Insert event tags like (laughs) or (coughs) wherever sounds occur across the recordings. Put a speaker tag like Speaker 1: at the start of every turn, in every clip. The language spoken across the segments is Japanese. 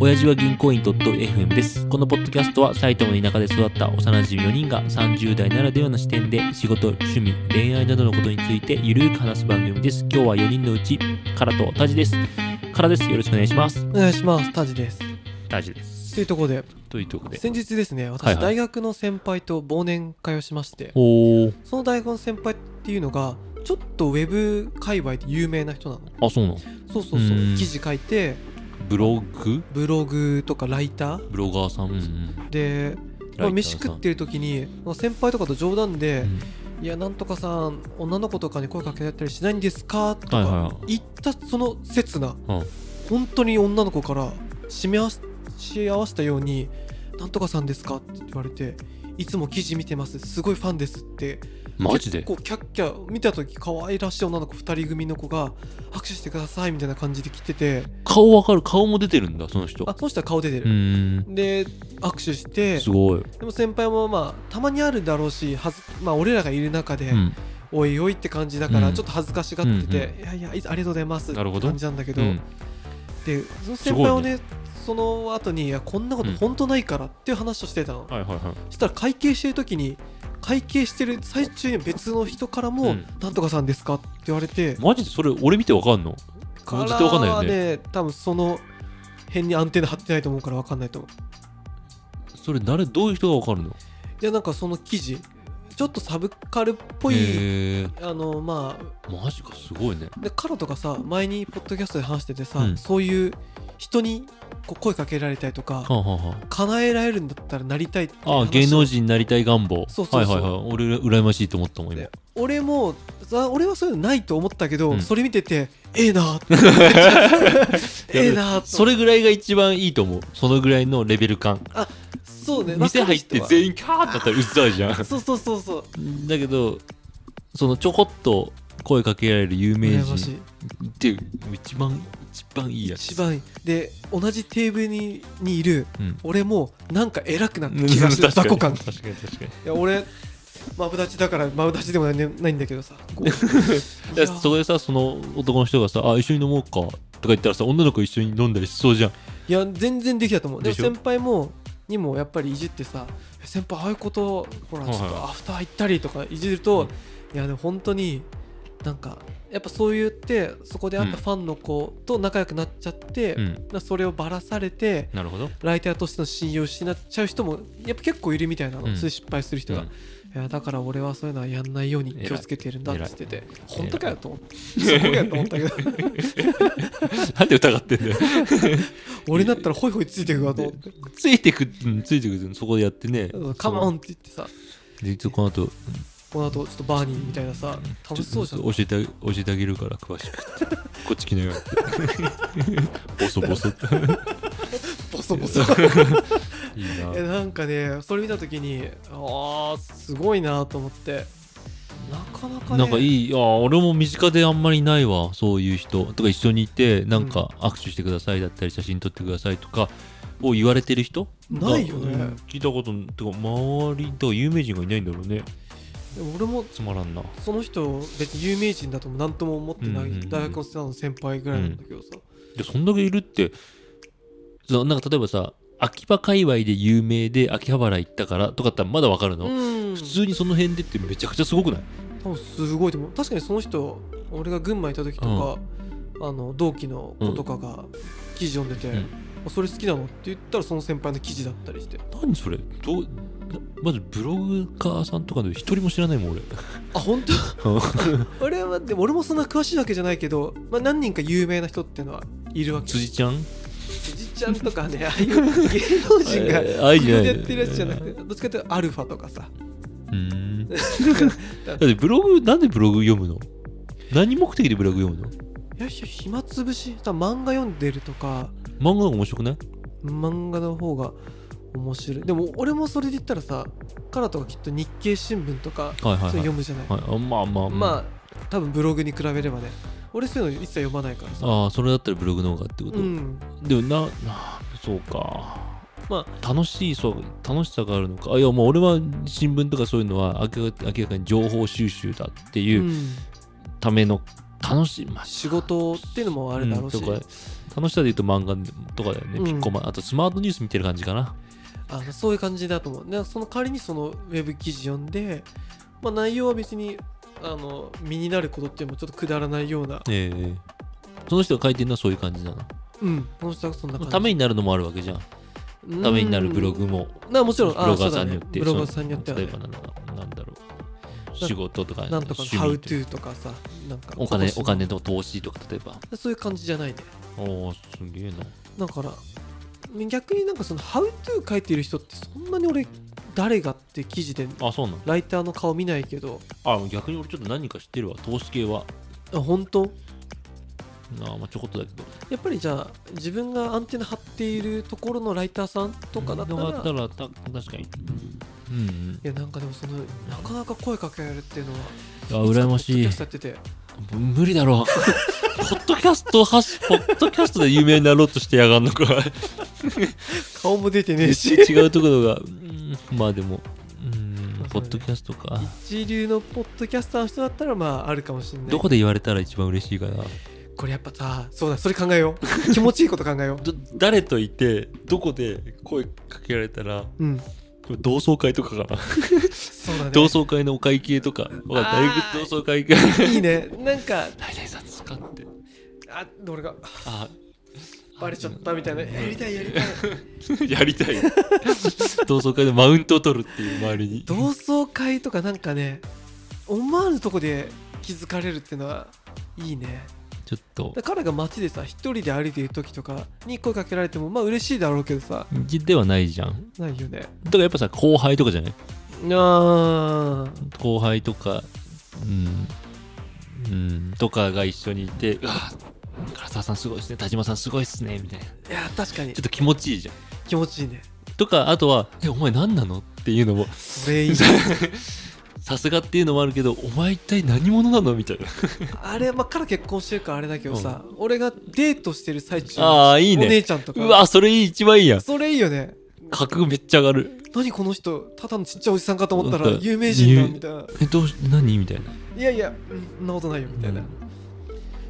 Speaker 1: 親父は銀行員 .fm です。このポッドキャストは埼玉の田舎で育った幼馴染4人が30代ならではの視点で仕事、趣味、恋愛などのことについてゆるーく話す番組です。今日は4人のうち、カラとタジです。カラです。よろしくお願いします。
Speaker 2: お願いしますタジです
Speaker 1: タジで
Speaker 2: とい
Speaker 1: す
Speaker 2: う。ところで
Speaker 1: というとこで。
Speaker 2: 先日ですね私、
Speaker 1: はいはい
Speaker 2: 大学の先輩と忘年会をしまして
Speaker 1: おー。
Speaker 2: その大学の先輩っていうのがちょっとウェブ界隈で有名な人なの
Speaker 1: あ、そうなの
Speaker 2: そうそうそう
Speaker 1: うん
Speaker 2: 記事書いて
Speaker 1: ブログ
Speaker 2: ブログとかライター
Speaker 1: ブロガーさん。うんうん
Speaker 2: で、まあ、飯食ってる時にまあ先輩とかと冗談で
Speaker 1: うん
Speaker 2: 「いやなんとかさん女の子とかに声かけたりしないんですか?」と
Speaker 1: はい
Speaker 2: か
Speaker 1: は
Speaker 2: 言ったその刹那
Speaker 1: いはい。
Speaker 2: 本当に女の子から締め合わせし合わせたように「なんとかさんですか?」って言われて「いつも記事見てますすごいファンです」って
Speaker 1: うんマジで
Speaker 2: 結構キャッキャ見た時可愛らしい女の子2人組の子が「拍手してください」みたいな感じで来てて
Speaker 1: 顔わかる顔も出てるんだ、その人。
Speaker 2: あ
Speaker 1: う
Speaker 2: その人は顔出て
Speaker 1: ー
Speaker 2: る、
Speaker 1: ん。
Speaker 2: で握手して
Speaker 1: すごい。
Speaker 2: でも先輩もまあたまにあるだろうしはず、まあ、俺らがいる中で、
Speaker 1: うん。
Speaker 2: おいおいって感じだから
Speaker 1: うん
Speaker 2: ちょっと恥ずかしがってて「
Speaker 1: うん
Speaker 2: いやいやいつありがとうございます」って
Speaker 1: なるほど
Speaker 2: 感じなんだけど。
Speaker 1: うん
Speaker 2: でその先輩をねその後にいやこんなこと本当ないからっていう話をしてたの、
Speaker 1: はいはいはい。
Speaker 2: そしたら会計してる時に会計してる最中に別の人からも
Speaker 1: う
Speaker 2: 「
Speaker 1: ん
Speaker 2: なんとかさんですか?」って言われて
Speaker 1: マジでそれ俺見てわかんの
Speaker 2: から
Speaker 1: 絶対わかんないよ
Speaker 2: は
Speaker 1: ね
Speaker 2: ね多分その辺にアンテナ張ってないと思うからわかんないと思う
Speaker 1: それ誰どういう人がわかるの
Speaker 2: いやなんかその記事ちょっとサブカルっぽい
Speaker 1: へえ
Speaker 2: あのまあ
Speaker 1: マジかすごいね
Speaker 2: でカロとかさ前にポッドキャストで話しててさ、
Speaker 1: うん
Speaker 2: そういう人にこう声かけられたりとか
Speaker 1: はあ、はあは
Speaker 2: 叶えられるんだったらなりたいっていう
Speaker 1: あ、ああ
Speaker 2: 話を
Speaker 1: 芸能人になりたい願望
Speaker 2: そうそうそう
Speaker 1: はいはいはい俺羨ましいと思ったもん今
Speaker 2: で俺もざ俺はそういうのないと思ったけど、
Speaker 1: うん
Speaker 2: それ見ててええなーって
Speaker 1: (laughs)
Speaker 2: ええなーって
Speaker 1: それぐらいが一番いいと思うそのぐらいのレベル感
Speaker 2: そうね
Speaker 1: 店入って
Speaker 2: わかる
Speaker 1: 全員キャーってなったらうっざいじゃ
Speaker 2: 人はそうそうそうそうん
Speaker 1: (laughs) だけどそのちょこっと声かけられる有名
Speaker 2: 羨まし
Speaker 1: 人
Speaker 2: い
Speaker 1: っていう一番一番いいやつ
Speaker 2: 一番いいで同じテーブルににいる
Speaker 1: うん
Speaker 2: 俺もなんか偉くなった気がする雑魚感
Speaker 1: (laughs)
Speaker 2: い
Speaker 1: 確かに確かに
Speaker 2: や俺マブダチだからマブダチでもない,、ないんだけどさ
Speaker 1: (laughs)
Speaker 2: こうい
Speaker 1: だ
Speaker 2: や
Speaker 1: からそこでさその男の人がさ「あ一緒に飲もうか」とか言ったらさ女の子一緒に飲んだりしそうじゃん
Speaker 2: いや全然できたと思うでも
Speaker 1: でしょ
Speaker 2: 先輩もにもやっぱりいじってさえ先輩ああいうことほら
Speaker 1: はい
Speaker 2: ち
Speaker 1: はい
Speaker 2: ょっとアフター行ったりとかいじると、
Speaker 1: うん
Speaker 2: いやでも本当になんかやっぱそう言ってそこで会ったファンの子と仲良くなっちゃって、
Speaker 1: うん
Speaker 2: なそれをばらされて
Speaker 1: なるほど
Speaker 2: ライターとしての信用を失っちゃう人もやっぱ結構いるみたいなの、
Speaker 1: うん
Speaker 2: そういう失敗する人が、
Speaker 1: うん
Speaker 2: いやだから俺はそういうのはやんないように気をつけてるんだって言ってて本当かよと思ってそこやと思ったけど
Speaker 1: なんで疑ってんだよ (laughs)
Speaker 2: 俺だったらホイホイついてくわと思って
Speaker 1: ついてく、うん、ついてくそこでやってね
Speaker 2: 「カモン!」って言ってさ
Speaker 1: でいつこの後
Speaker 2: この後ちょっとバーニーみたいなさ楽しそうじゃん
Speaker 1: ちょっと教えて教えてあげるから詳しく
Speaker 2: (laughs)
Speaker 1: こっち来なよってボソボソって
Speaker 2: ボソボソ
Speaker 1: (laughs) いいな
Speaker 2: (laughs) えなんかねそれ見た時にああすごいなと思ってなかなかね
Speaker 1: なんか
Speaker 2: い
Speaker 1: いいあー俺も身近であんまりないわそういう人とか一緒にいてなんか握手してくださいだったり写真撮ってくださいとかを言われてる人が
Speaker 2: ないよね
Speaker 1: うん聞いたことんてか周りとか有名人がいないんだろうね
Speaker 2: 俺も
Speaker 1: つまらんな
Speaker 2: その人別に有名人だとも何とも思ってない、
Speaker 1: うんうんうん
Speaker 2: 大学のの先輩ぐらいなんだけどさ、
Speaker 1: でそんだけいるってそのなんか例えばさ秋葉界隈で有名で秋葉原行ったからとかだってまだわかるの、
Speaker 2: うん
Speaker 1: 普通にその辺でってめちゃくちゃすごくない
Speaker 2: 多分すごいと思う確かにその人俺が群馬行った時とか、あの同期の子とかが記事読んでて、
Speaker 1: うん
Speaker 2: あそれ好きなのって言ったらその先輩の記事だったりして
Speaker 1: 何それどうなまずブログカーさんとかで一人も知らないもん
Speaker 2: (laughs)
Speaker 1: 俺
Speaker 2: あ本当俺はでも俺もそんな詳しいわけじゃないけど、まあ、何人か有名な人っていうのはいるわけ
Speaker 1: 辻ちゃん
Speaker 2: 辻ちゃんとかねあ (laughs) あいう芸能人が
Speaker 1: えーああいい
Speaker 2: 自
Speaker 1: じゃ
Speaker 2: 分
Speaker 1: ない
Speaker 2: でやってるやつじゃなくてどっちかというとアルファとかさ
Speaker 1: うーんだってブログなんでブログ読むの何目的でブログ読むの
Speaker 2: いやいや暇つぶし多分漫画読んでるとか
Speaker 1: 漫画が面白くない
Speaker 2: 漫画の方が面白いでも俺もそれで言ったらさカラとかきっと日経新聞とか
Speaker 1: はい
Speaker 2: そう
Speaker 1: はいはい
Speaker 2: 読むじゃない、
Speaker 1: はいあまあまああ
Speaker 2: まあ多分ブログに比べればね俺そういうの一切読まないからさ
Speaker 1: あーそれだったらブログの方がってこと、
Speaker 2: うん
Speaker 1: でもななそうか
Speaker 2: ま
Speaker 1: 楽しいそう楽しさがあるのかあいやもう俺は新聞とかそういうのは明らか明らかに情報収集だっていううんための楽しい、まあ
Speaker 2: 仕事っていうのもあ
Speaker 1: あ
Speaker 2: るだろうし、
Speaker 1: とか楽しさで言うと漫画とかだよね、
Speaker 2: うん
Speaker 1: ピッコマあとスマートニュース見てる感じかな
Speaker 2: あのそういう感じだと思うでその代わりにそのウェブ記事読んで、まあ、内容は別にあの身になることっていうのもちょっとくだらないような
Speaker 1: ええその人が書いてるのはそういう感じなの
Speaker 2: うんこの人はそんな感じ
Speaker 1: ためになるのもあるわけじゃん
Speaker 2: うん
Speaker 1: ためになるブログも
Speaker 2: なもち
Speaker 1: ブ
Speaker 2: ろ
Speaker 1: ロ
Speaker 2: ん
Speaker 1: ガーさんによって
Speaker 2: あそうだねブロガーさんによって
Speaker 1: そ
Speaker 2: は
Speaker 1: の
Speaker 2: ね
Speaker 1: 例えばなんだろうなんだろう
Speaker 2: な
Speaker 1: 仕事とか
Speaker 2: なんとかの
Speaker 1: 趣
Speaker 2: ハウ
Speaker 1: 味
Speaker 2: トゥーとかさなんか
Speaker 1: お金
Speaker 2: 今年の
Speaker 1: お金と投資とか例えば
Speaker 2: そういう感じじゃないね
Speaker 1: おおすげえな
Speaker 2: だから逆になんかそのハウトゥー書いてる人ってそんなに俺誰がって記事で
Speaker 1: あそうなの
Speaker 2: ライターの顔見ないけど
Speaker 1: あ逆に俺ちょっと何か知ってるわ投資系は
Speaker 2: あ本当
Speaker 1: なあまあちょこっとだけど
Speaker 2: やっぱりじゃあ自分がアンテナ張っているところのライターさんとかだったら、
Speaker 1: のがあったらた確かにうん、うん
Speaker 2: いやなんかでもそのなかなか声かけられるっていうのは
Speaker 1: あ羨まし
Speaker 2: ポッドキ
Speaker 1: い
Speaker 2: ャストやってて
Speaker 1: 無理だ (laughs) ろポッドキャストはしポッドキャストで有名になろうとしてやがんのか
Speaker 2: 顔も出てねえ
Speaker 1: (laughs)
Speaker 2: し
Speaker 1: 違うところがうんまあでもうん
Speaker 2: まあそ
Speaker 1: ポ
Speaker 2: うね
Speaker 1: ッドキャストか
Speaker 2: 一流のポッドキャスターの人だったらまああるかもしれない
Speaker 1: どこで言われたら一番嬉しいかな
Speaker 2: これやっぱさそうだそれ考えよう気持ちいいこと考
Speaker 1: (laughs)
Speaker 2: えよ
Speaker 1: ど誰といてどこで声かけられたら
Speaker 2: ううん
Speaker 1: 同窓会とかかな
Speaker 2: そうだね
Speaker 1: 同窓会のお会計とかわかんない
Speaker 2: あー
Speaker 1: 同窓会か
Speaker 2: いいねなんか
Speaker 1: 大体さん使って
Speaker 2: あ俺が
Speaker 1: あ
Speaker 2: バレちゃったみたいなやりたいやりたい
Speaker 1: (laughs) やりたい同窓会でマウントを取るっていう周りに
Speaker 2: 同窓会とかなんかね思わぬとこで気づかれるっていうのはいいね
Speaker 1: ちょっと
Speaker 2: だから彼が街でさ一人で歩いてる時とかに声かけられてもまあ嬉しいだろうけどさ
Speaker 1: ではないじゃん
Speaker 2: ないよね
Speaker 1: だからやっぱさ後輩とかじゃない
Speaker 2: あー
Speaker 1: 後輩とかうん、うん、とかが一緒にいて「あ唐沢さんすごいですね田島さんすごいですね」みたいなちょ
Speaker 2: いや確かに
Speaker 1: っと気持ちいいじゃん
Speaker 2: 気持ちいいね
Speaker 1: とかあとは「えお前何なの?」っていうのも
Speaker 2: それいいね
Speaker 1: さすがっていうのもあるけど「お前一体何者なの?」みたいな
Speaker 2: (laughs) あれまあ彼結婚してるからあれだけどさ、俺がデートしてる最中
Speaker 1: ああいい
Speaker 2: お姉
Speaker 1: ね
Speaker 2: ちゃんとか
Speaker 1: うわそれ一番いいやん
Speaker 2: それいいよね
Speaker 1: 格めっちゃ上がる
Speaker 2: 何この人ただのちっちゃいおじさんかと思ったら
Speaker 1: うん
Speaker 2: 有名人だみたいな
Speaker 1: えどうし何みたいない
Speaker 2: やいやうんそんなことないよみたいな、
Speaker 1: うん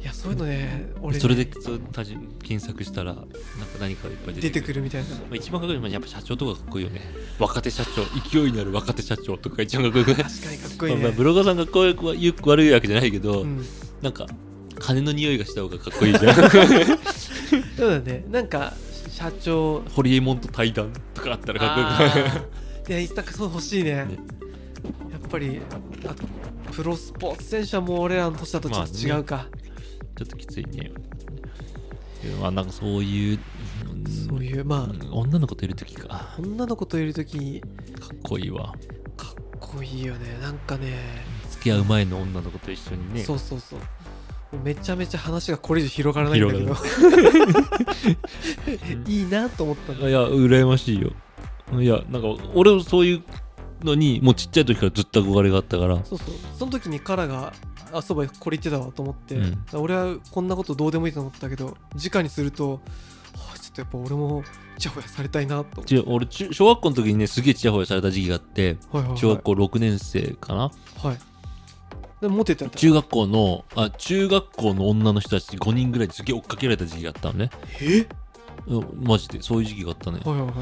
Speaker 2: いやそういうのね俺ね
Speaker 1: それでそう多次検索したらなんか何かがいっぱい出
Speaker 2: 出
Speaker 1: てく
Speaker 2: て
Speaker 1: る
Speaker 2: くるみたいな
Speaker 1: まあ一番かっこいいのはやっぱ社長とかかっこいいよね若手社長勢いのある若手社長とか一番かっこよくない
Speaker 2: 確かにかっこいいね、
Speaker 1: まあ、ブロガーさんがこういうよく悪いわけじゃないけど、
Speaker 2: うん、
Speaker 1: なんか金の匂いがした方がかっこいいじゃ
Speaker 2: (laughs)
Speaker 1: ん
Speaker 2: そうだねなんか社長
Speaker 1: ホリエモンと対談とかあったらかっこよくない
Speaker 2: あーいやなんかそう欲しいね
Speaker 1: ね
Speaker 2: やっぱりあとプロスポーツ選手はもう俺らの年だとちょっと違うか、
Speaker 1: ちょっときついねでもまあなんかそういう、うん
Speaker 2: そういうま
Speaker 1: うん女の子といる時かか
Speaker 2: あ女の子といる時に
Speaker 1: っこいいわ
Speaker 2: かっこいいよねなんかね
Speaker 1: 付き合う前の女の子と一緒にね
Speaker 2: そうそうそうもうめちゃめちゃ話がこれ以上広がらないんだけど
Speaker 1: 広
Speaker 2: (laughs) いいなと思ったの
Speaker 1: いや羨ましいよいやなんか俺はそういうのにもうちっちゃい時からずっと憧れがあったから
Speaker 2: そうそうその時にカラがあそういえばこれ言ってたわと思って、
Speaker 1: うん
Speaker 2: だから俺はこんなことどうでもいいと思ったけど直にすると、はあ、ちょっとやっぱ俺もちやほやされたいなと
Speaker 1: ち俺中小学校の時にねすげえちやほやされた時期があって
Speaker 2: はいはいはい
Speaker 1: 小学校6年生かな
Speaker 2: はいでモテてた
Speaker 1: 中学校のあ中学校の女の人たち5人ぐらいすげえ追っかけられた時期があったのね
Speaker 2: え
Speaker 1: うんマジでそういう時期があったね
Speaker 2: はいはいはい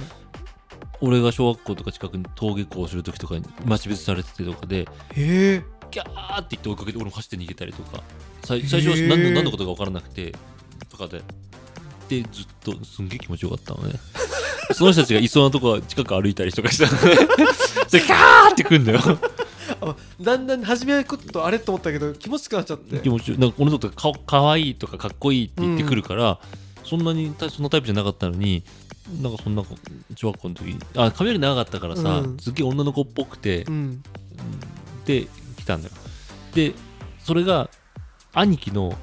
Speaker 1: 俺が小学校とか近くに登下校する時とかに待ち伏せされててとかで
Speaker 2: へえ
Speaker 1: ギャーって言って追いかけて俺も走って逃げたりとか最最初は何
Speaker 2: へ
Speaker 1: の
Speaker 2: ー
Speaker 1: 何のことか分からなくてとかででずっとすんげえ気持ちよかったの
Speaker 2: (laughs)
Speaker 1: ねその人たちがいそうなとこは近く歩いたりとかしたのね (laughs) それキャーってくんだよ
Speaker 2: あだんだん始めはこととあれと思ったけど気持ちよくなっちゃって
Speaker 1: 気持ちよいなんか俺のことかかわいいとかかっこいいって言ってくるから、そんなにたそのタイプじゃなかったのになんかそんな子小学校の時にあ髪より長かったからさ、
Speaker 2: うん
Speaker 1: すっげえ女の子っぽくて、
Speaker 2: うん
Speaker 1: で来たんだよでそれが兄貴の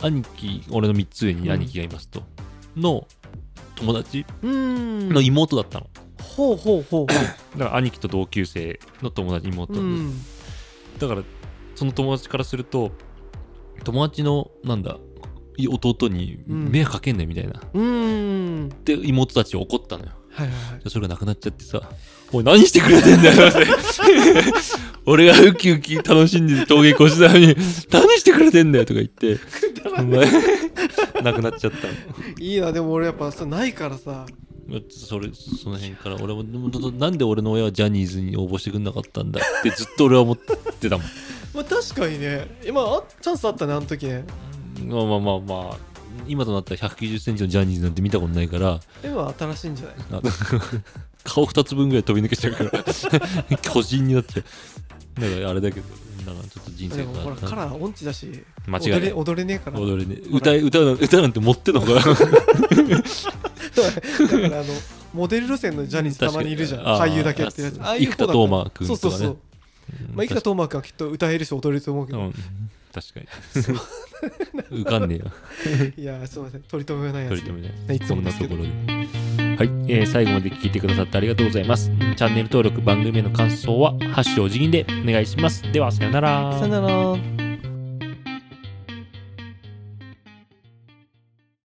Speaker 1: 兄貴俺の3つ上に兄貴がいますと、の友達
Speaker 2: うーん
Speaker 1: の妹だったの、
Speaker 2: ほうほう
Speaker 1: (coughs)
Speaker 2: ほうほ
Speaker 1: だから兄貴と同級生の友達妹
Speaker 2: う、う
Speaker 1: なんです
Speaker 2: ん、
Speaker 1: だからその友達からすると友達のなんだい弟に
Speaker 2: うん
Speaker 1: 迷惑かけんねみたいな、
Speaker 2: うーん
Speaker 1: で妹たち怒ったのよ
Speaker 2: はいはいはい
Speaker 1: それがなくなっちゃってさ「おい何してくれてんだよ」 (laughs) って俺がウキ (laughs) ウキ楽しんで登下校してたのに「何してくれてんだよ」とか言って「お前なくなっちゃった
Speaker 2: いいなでも俺やっぱそうないからさ
Speaker 1: それその辺から俺もでもどどなんで俺の親はジャニーズに応募してくれなかったんだってずっと俺は思ってたもん
Speaker 2: まあ確かにね今あチャンスあったねあの時ね
Speaker 1: まあまあまあまあ今となったら1 9 0ンチのジャニーズなんて見たことないから
Speaker 2: 今新しいんじゃない
Speaker 1: (laughs) あ (laughs) 顔2つ分ぐらい飛び抜けちゃうから (laughs) 巨人になっちゃうだからあれだけどなんかちょっと人生
Speaker 2: でもほらカ
Speaker 1: が
Speaker 2: ラー音痴だし
Speaker 1: 間違いない
Speaker 2: 踊れ踊れねえから
Speaker 1: 踊れね歌え歌うなん歌なんて持ってんのかな
Speaker 2: (laughs) だからあのモデル路線のジャニーズたまにいるじゃん
Speaker 1: 確かに
Speaker 2: 俳優だけやってるや
Speaker 1: あ
Speaker 2: つ
Speaker 1: ー
Speaker 2: ああいう
Speaker 1: 生田斗真君
Speaker 2: そうそうそ
Speaker 1: とか
Speaker 2: う
Speaker 1: ね
Speaker 2: まあ生田斗真君はきっと歌えるし踊れると思うけ
Speaker 1: う
Speaker 2: ど
Speaker 1: ん確かに受かんねえよ
Speaker 2: いやーすいません取り留めないや
Speaker 1: 取
Speaker 2: つ
Speaker 1: り留め
Speaker 2: は
Speaker 1: ないい
Speaker 2: つ
Speaker 1: そ
Speaker 2: も
Speaker 1: ん
Speaker 2: で
Speaker 1: な
Speaker 2: すけ
Speaker 1: とこ
Speaker 2: ど
Speaker 1: ろではい、えー最後まで聞いてくださってありがとうございますチャンネル登録番組への感想は「ハッシュお辞儀」でお願いしますではさよなら
Speaker 2: さよなら